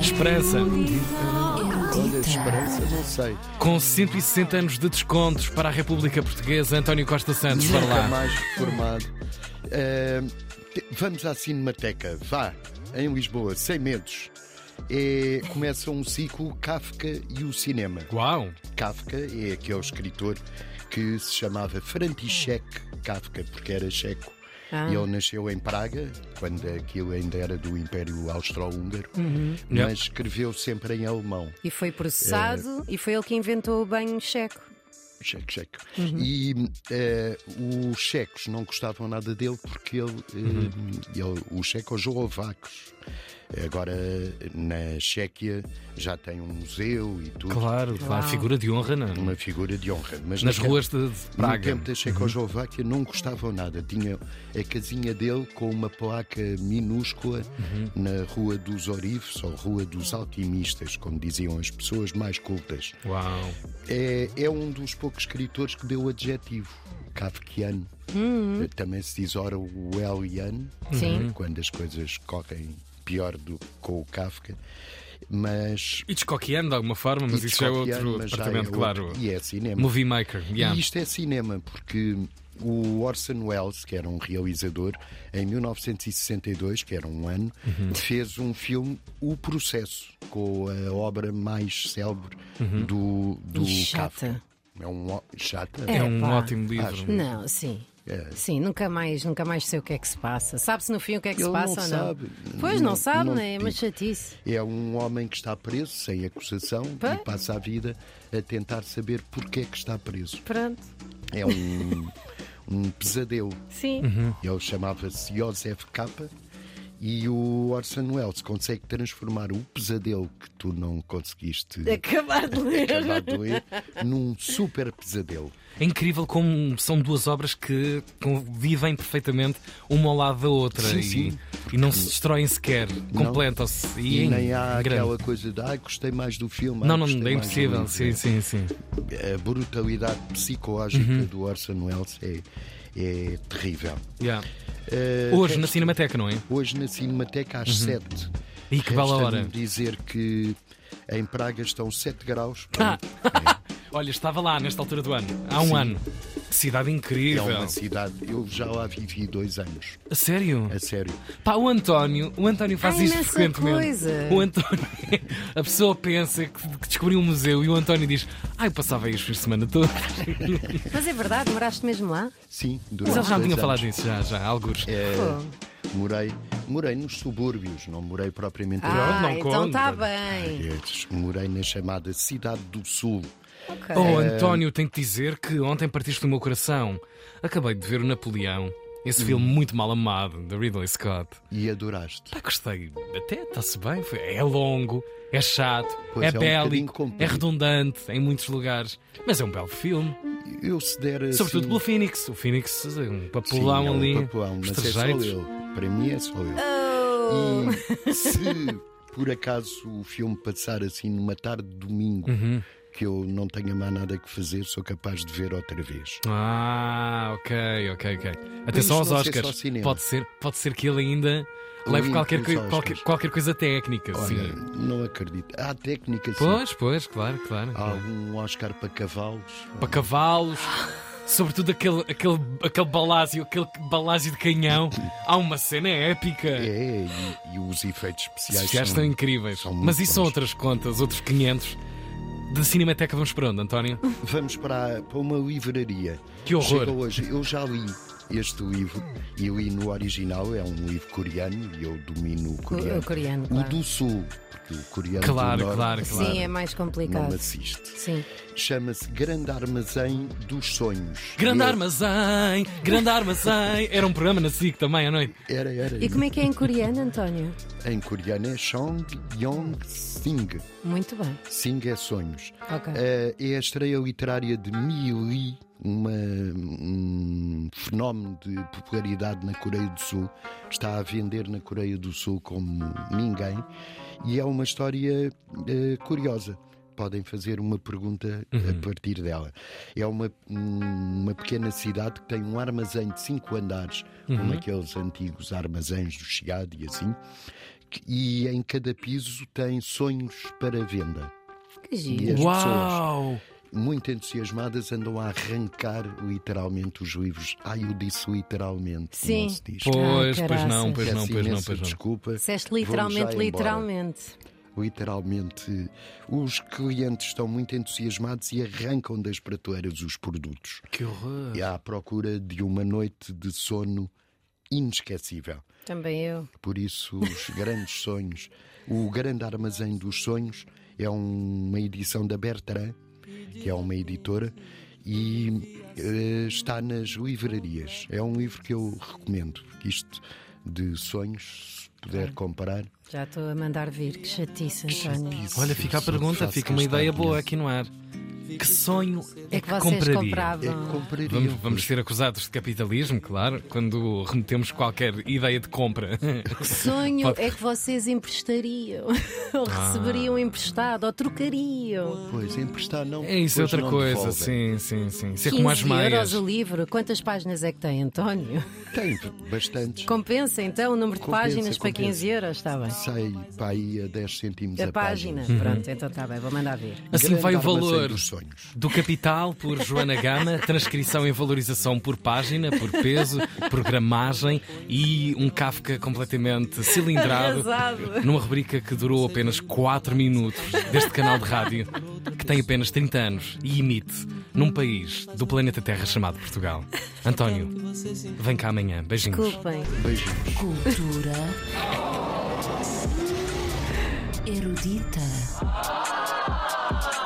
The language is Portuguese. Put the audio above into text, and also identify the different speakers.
Speaker 1: Esperança.
Speaker 2: Olha, esperança, não sei.
Speaker 1: Com 160 anos de descontos para a República Portuguesa, António Costa Santos, para
Speaker 2: Nunca
Speaker 1: lá.
Speaker 2: mais formado. Eh, te- vamos à Cinemateca, vá, em Lisboa, sem medos. É, começa um ciclo Kafka e o cinema.
Speaker 1: Uau!
Speaker 2: Kafka é aquele escritor que se chamava František Kafka, porque era checo. E ele nasceu em Praga, quando aquilo ainda era do Império Austro-Húngaro, mas
Speaker 1: Yep.
Speaker 2: escreveu sempre em alemão.
Speaker 3: E foi processado e foi ele que inventou o banho checo.
Speaker 2: Checo, checo.
Speaker 1: Uhum.
Speaker 2: E eh, os checos não gostavam nada dele porque ele,
Speaker 1: Uhum.
Speaker 2: eh, ele- os checoslovacos. Agora na Chequia já tem um museu e tudo,
Speaker 1: Claro, claro,
Speaker 3: Uau.
Speaker 1: figura de honra na-
Speaker 2: uma figura de honra. Mas
Speaker 1: nas
Speaker 2: no tempo-
Speaker 1: ruas de, de
Speaker 2: No
Speaker 1: Praga. Uhum.
Speaker 2: tempo da Checoslováquia não gostavam nada. Tinha a casinha dele com uma placa minúscula
Speaker 1: Uhum.
Speaker 2: na Rua dos Orifes, ou Rua dos Alquimistas, como diziam as pessoas mais cultas.
Speaker 1: Uau!
Speaker 2: É, é um dos poucos escritores que deu o adjetivo kafkiano. Eh, Também se diz ora o Eliano,
Speaker 3: Sim.
Speaker 2: quando as coisas correm pior do que com o Kafka. Mas.
Speaker 1: E descoqueando de alguma forma, mas isso já é
Speaker 2: Hitchcockiano,
Speaker 1: outro
Speaker 2: mas já é
Speaker 1: departamento,
Speaker 2: outro-
Speaker 1: claro.
Speaker 2: E é cinema.
Speaker 1: Movie maker, yeah.
Speaker 2: E isto é cinema, porque o Orson Welles, que era um realizador, em 1962, que era um ano,
Speaker 1: Uhum.
Speaker 2: fez um filme, O Processo, com a obra mais célebre
Speaker 1: Uhum.
Speaker 2: do, do
Speaker 3: E chata.
Speaker 2: Kafka. É um ó- chata.
Speaker 1: é um
Speaker 3: Epá.
Speaker 1: ótimo livro.
Speaker 3: Não, sim. Sim, nunca mais, nunca mais sei o que é que se passa. Sabe-se no fim o que é que
Speaker 2: Ele
Speaker 3: se passa
Speaker 2: não
Speaker 3: ou não?
Speaker 2: sabe.
Speaker 3: Pois não,
Speaker 2: Não-
Speaker 3: sabe,
Speaker 2: não
Speaker 3: né? é
Speaker 2: digo.
Speaker 3: uma chatice.
Speaker 2: É um homem que está preso sem acusação
Speaker 3: Pois.
Speaker 2: e passa a vida a tentar saber porque é que está preso.
Speaker 3: Pronto,
Speaker 2: É um, um pesadelo.
Speaker 3: sim.
Speaker 2: Ele chamava-se Joseph Capa e o Orson Welles consegue transformar o pesadelo que tu não conseguiste
Speaker 1: É.
Speaker 3: Acabar de ler.
Speaker 2: acabar de ler num super pesadelo.
Speaker 1: É incrível como são duas obras que convivem perfeitamente uma ao lado da outra
Speaker 2: Sim,
Speaker 1: e,
Speaker 2: sim.
Speaker 1: e não se destroem sequer, completam-se.
Speaker 2: E,
Speaker 1: E, é
Speaker 2: nem há
Speaker 1: grande.
Speaker 2: aquela coisa de ai, gostei mais do filme.
Speaker 1: Não,
Speaker 2: ai,
Speaker 1: não,
Speaker 2: gostei
Speaker 1: é
Speaker 2: mais do
Speaker 1: impossível.
Speaker 2: livro".
Speaker 1: Sim, sim, sim.
Speaker 2: A brutalidade psicológica
Speaker 1: Uhum.
Speaker 2: do Orson Welles é, é terrível.
Speaker 1: Yeah.
Speaker 2: Eh,
Speaker 1: Hoje
Speaker 2: resta-
Speaker 1: na Cinemateca, não é?
Speaker 2: Hoje na Cinemateca às 7.
Speaker 1: E que bela
Speaker 2: Resta-me
Speaker 1: hora.
Speaker 2: dizer que em Praga estão 7 graus.
Speaker 1: Ah, Olha, estava lá nesta altura do ano, há um
Speaker 2: Sim.
Speaker 1: ano. Que cidade
Speaker 2: É
Speaker 1: incrível.
Speaker 2: uma cidade, eu já lá vivi dois anos,
Speaker 1: A sério?
Speaker 2: a sério.
Speaker 1: Pá, o António, o António faz
Speaker 3: Ai,
Speaker 1: isto
Speaker 3: nessa
Speaker 1: frequentemente.
Speaker 3: coisa.
Speaker 1: O António, a pessoa pensa que, que descobriu um museu e o António diz: Ai, eu passava aí os fins de semana todos.
Speaker 3: Mas é verdade, moraste mesmo lá?
Speaker 2: Sim, durante
Speaker 1: Mas ele já me
Speaker 2: dois
Speaker 1: tinha
Speaker 2: anos.
Speaker 1: falado disso, já, já, há alguns.
Speaker 2: É,
Speaker 3: Pô.
Speaker 2: morei, morei nos subúrbios, não morei propriamente
Speaker 3: Ah,
Speaker 1: não
Speaker 3: então
Speaker 1: conta.
Speaker 3: está bem.
Speaker 2: Eles- Morei na chamada Cidade do Sul.
Speaker 3: Ok.
Speaker 1: Oh,
Speaker 2: é.
Speaker 1: António, tenho que dizer que ontem partiste do meu coração. Acabei de ver o Napoleão,
Speaker 2: Hum.
Speaker 1: esse filme muito mal amado, de Ridley Scott.
Speaker 2: E adoraste.
Speaker 1: Pá, gostei. Até está-se bem. foi- É longo, é chato,
Speaker 2: Pois,
Speaker 1: é,
Speaker 2: é um bocadinho
Speaker 1: bélico, é
Speaker 2: comprido.
Speaker 1: redundante em muitos lugares. Mas é um belo filme.
Speaker 2: Eu se der assim,
Speaker 1: Sobretudo pelo Phoenix. O Phoenix, é um
Speaker 2: Sim,
Speaker 1: papelão
Speaker 2: é um
Speaker 1: ali.
Speaker 2: papelão, mas é só
Speaker 1: estrejeitos.
Speaker 2: eu. Para mim é só eu. E se por acaso o filme passar assim numa tarde de domingo,
Speaker 1: Uhum.
Speaker 2: que eu não tenha mais nada que fazer, sou capaz de ver outra vez.
Speaker 1: Ah, ok, ok, ok. Atenção aos
Speaker 2: não ser só
Speaker 1: Oscars.
Speaker 2: cinema.
Speaker 1: Pode ser, pode ser que ele ainda leve
Speaker 2: Link
Speaker 1: qualquer,
Speaker 2: dos
Speaker 1: coi-
Speaker 2: Oscars.
Speaker 1: qualquer, qualquer coisa técnica.
Speaker 2: Olha,
Speaker 1: sim.
Speaker 2: não acredito. Há técnica sim.
Speaker 1: Pois, pois, claro, claro.
Speaker 2: Há algum Oscar para cavalos?
Speaker 1: Para cavalos, sobretudo aquele, aquele, aquele balásio, aquele balásio de canhão. Há uma cena épica.
Speaker 2: É, e, e os efeitos
Speaker 1: Os
Speaker 2: especiais.
Speaker 1: sociais estão incríveis.
Speaker 2: são muito
Speaker 1: Mas isso são
Speaker 2: bons.
Speaker 1: outras contas, outros 500. Da Cinemateca vamos para onde, António?
Speaker 2: Vamos para, para uma livraria.
Speaker 1: Que horror.
Speaker 2: Chega hoje, eu já li este livro e li no original, é um livro coreano e eu domino o coreano.
Speaker 3: O coreano,
Speaker 2: O
Speaker 3: claro.
Speaker 2: do sul, porque o coreano do
Speaker 1: Claro,
Speaker 2: norte
Speaker 1: claro, claro.
Speaker 3: Sim, é mais
Speaker 2: não me
Speaker 3: complicado.
Speaker 2: assiste.
Speaker 3: Sim.
Speaker 2: Chama-se Grande Armazém dos Sonhos. é-
Speaker 1: Grande
Speaker 2: Eu-
Speaker 1: armazém, grande armazém. Era um programa na SIC também à noite.
Speaker 2: Era, era.
Speaker 3: E como é que é em coreano, António?
Speaker 2: Em coreano é Chong Yong Sing.
Speaker 3: Muito bem.
Speaker 2: Sing é sonhos.
Speaker 3: Ok.
Speaker 2: Eh, é a estreia literária de Mi Lee, uma, um fenómeno de popularidade na Coreia do Sul. Está a vender na Coreia do Sul como ninguém. E é uma história eh, curiosa. Podem fazer uma pergunta eh, a partir dela. É uma, um- uma pequena cidade que tem um armazém de cinco andares, como aqueles antigos armazéns do Chiado e assim, e em cada piso tem sonhos para venda.
Speaker 3: Que giro.
Speaker 2: as
Speaker 1: Uau!
Speaker 2: Muito entusiasmadas andam a arrancar literalmente os livros. Ai, eu disse literalmente.
Speaker 3: Sim.
Speaker 2: Não se diz.
Speaker 1: Pois,
Speaker 3: Ah,
Speaker 1: pois não, pois
Speaker 3: caraças.
Speaker 1: não,
Speaker 2: Peço
Speaker 1: pois não,
Speaker 2: imensa
Speaker 1: pois não.
Speaker 2: Desculpa.
Speaker 3: Disseste
Speaker 2: Vou já
Speaker 3: literalmente,
Speaker 2: embora.
Speaker 3: literalmente.
Speaker 2: Literalmente. Os clientes estão muito entusiasmados e arrancam das prateleiras os produtos.
Speaker 1: Que horror!
Speaker 2: E à procura de uma noite de sono inesquecível.
Speaker 3: Também eu.
Speaker 2: Por isso, os grandes sonhos. O Grande Armazém dos Sonhos é um- uma edição da Bertrand, que é uma editora, e eh, está nas livrarias. É um livro que eu recomendo. porque Isto de sonhos, se puder comparar.
Speaker 3: Já estou a mandar vir. Que chatice, António.
Speaker 1: Olha, fica a pergunta, fica uma ideia boa aqui no ar. Que sonho é
Speaker 3: É
Speaker 1: que
Speaker 3: que vocês
Speaker 1: compraria?
Speaker 2: É,
Speaker 3: compravam.
Speaker 2: compraria.
Speaker 1: Vamos, vamos ser acusados de capitalismo, claro, quando remetemos qualquer ideia de compra.
Speaker 3: Que sonho é que vocês emprestariam? ou receberiam emprestado? Ou trocariam?
Speaker 2: Pois, emprestar não.
Speaker 1: É isso, é
Speaker 2: pois
Speaker 1: outra
Speaker 2: não
Speaker 1: coisa, sim,
Speaker 2: devolvem.
Speaker 1: sim, sim. Ser
Speaker 3: 15
Speaker 1: como as
Speaker 3: euros
Speaker 1: meias.
Speaker 3: o livro. Quantas páginas é que tem, António?
Speaker 2: Tem bastantes.
Speaker 3: Compensa então o número de
Speaker 2: Compensa,
Speaker 3: páginas para
Speaker 2: compensa.
Speaker 3: 15 euros? Está bem.
Speaker 2: Sai para aí a 10 centímetros
Speaker 3: A É página. Pronto, então está bem. Vou mandar vir.
Speaker 1: Assim
Speaker 2: Grande
Speaker 1: vai o
Speaker 2: armazém
Speaker 1: valor
Speaker 2: dos sonhos.
Speaker 1: do capital por Joana Gama, transcrição e valorização por página, por peso, por gramagem e um Kafka completamente cilindrado
Speaker 3: Arrasado.
Speaker 1: numa rubrica que durou apenas 4 minutos deste canal de rádio que tem apenas 30 anos e emite num país do planeta Terra chamado Portugal. António, vem cá amanhã. Beijinhos.
Speaker 3: Desculpem.
Speaker 2: Beijinhos.
Speaker 4: Cultura erudita.